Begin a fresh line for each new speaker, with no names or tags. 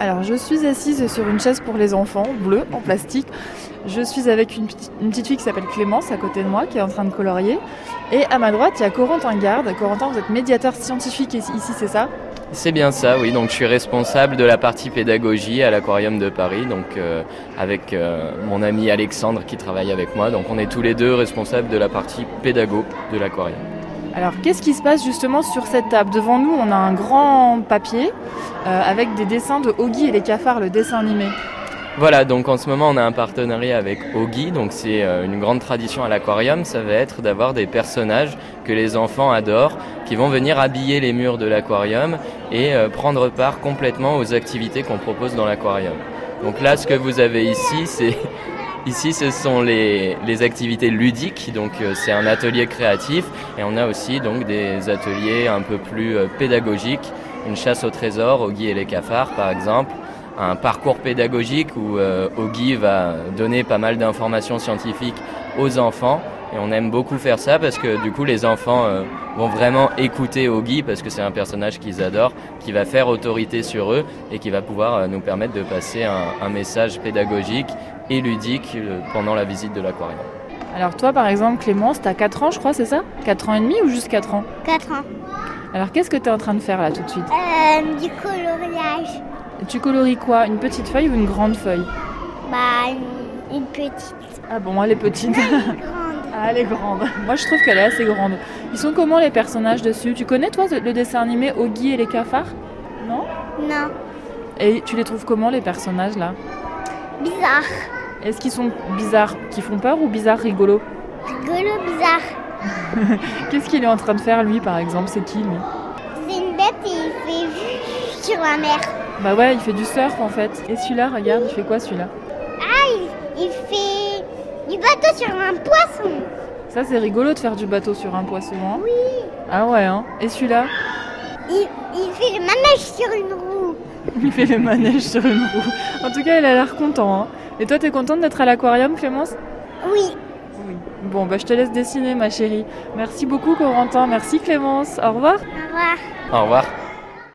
Alors je suis assise sur une chaise pour les enfants, bleue, en plastique. Je suis avec une, petite- une petite fille qui s'appelle Clémence à côté de moi, qui est en train de colorier. Et à ma droite, il y a Corentin Garde. Corentin, vous êtes médiateur scientifique ici, c'est ça
C'est bien ça, oui. Donc je suis responsable de la partie pédagogie à l'aquarium de Paris, donc euh, avec euh, mon ami Alexandre qui travaille avec moi. Donc on est tous les deux responsables de la partie pédago de l'aquarium.
Alors qu'est-ce qui se passe justement sur cette table Devant nous, on a un grand papier euh, avec des dessins de Oggy et les cafards, le dessin animé.
Voilà, donc en ce moment on a un partenariat avec Ogi, donc c'est euh, une grande tradition à l'aquarium, ça va être d'avoir des personnages que les enfants adorent, qui vont venir habiller les murs de l'aquarium et euh, prendre part complètement aux activités qu'on propose dans l'aquarium. Donc là ce que vous avez ici, c'est... Ici, ce sont les, les activités ludiques, donc euh, c'est un atelier créatif, et on a aussi donc des ateliers un peu plus euh, pédagogiques, une chasse au trésor, Ogi et les cafards par exemple, un parcours pédagogique où euh, Oggy va donner pas mal d'informations scientifiques aux enfants. Et on aime beaucoup faire ça parce que du coup les enfants euh, vont vraiment écouter Oggy parce que c'est un personnage qu'ils adorent, qui va faire autorité sur eux et qui va pouvoir euh, nous permettre de passer un, un message pédagogique et ludique euh, pendant la visite de l'aquarium.
Alors toi par exemple Clémence, t'as 4 ans je crois, c'est ça 4 ans et demi ou juste 4 ans
4 ans.
Alors qu'est-ce que t'es en train de faire là tout de suite
Euh, du coloriage.
Tu coloris quoi Une petite feuille ou une grande feuille
Bah, une, une petite.
Ah bon, elle est petite.
Grande.
Ah, elle est grande. Moi, je trouve qu'elle est assez grande. Ils sont comment les personnages dessus Tu connais, toi, le dessin animé Oggy et les cafards Non
Non.
Et tu les trouves comment, les personnages, là
Bizarre.
Est-ce qu'ils sont bizarres, qui font peur ou bizarres rigolos
Rigolo, bizarre.
Qu'est-ce qu'il est en train de faire, lui, par exemple C'est qui, lui
C'est une bête et il fait sur la mer.
Bah ouais, il fait du surf, en fait. Et celui-là, regarde, il fait quoi, celui-là
Il fait du bateau sur un poisson.
Ça, c'est rigolo de faire du bateau sur un poisson, hein Oui Ah ouais, hein Et celui-là
Il, il fait le manège sur une roue.
Il fait le manège sur une roue. En tout cas, il a l'air content, hein Et toi, t'es contente d'être à l'aquarium, Clémence
Oui.
Oui. Bon, bah, je te laisse dessiner, ma chérie. Merci beaucoup, Corentin. Merci, Clémence. Au revoir.
Au
Au
revoir.
revoir.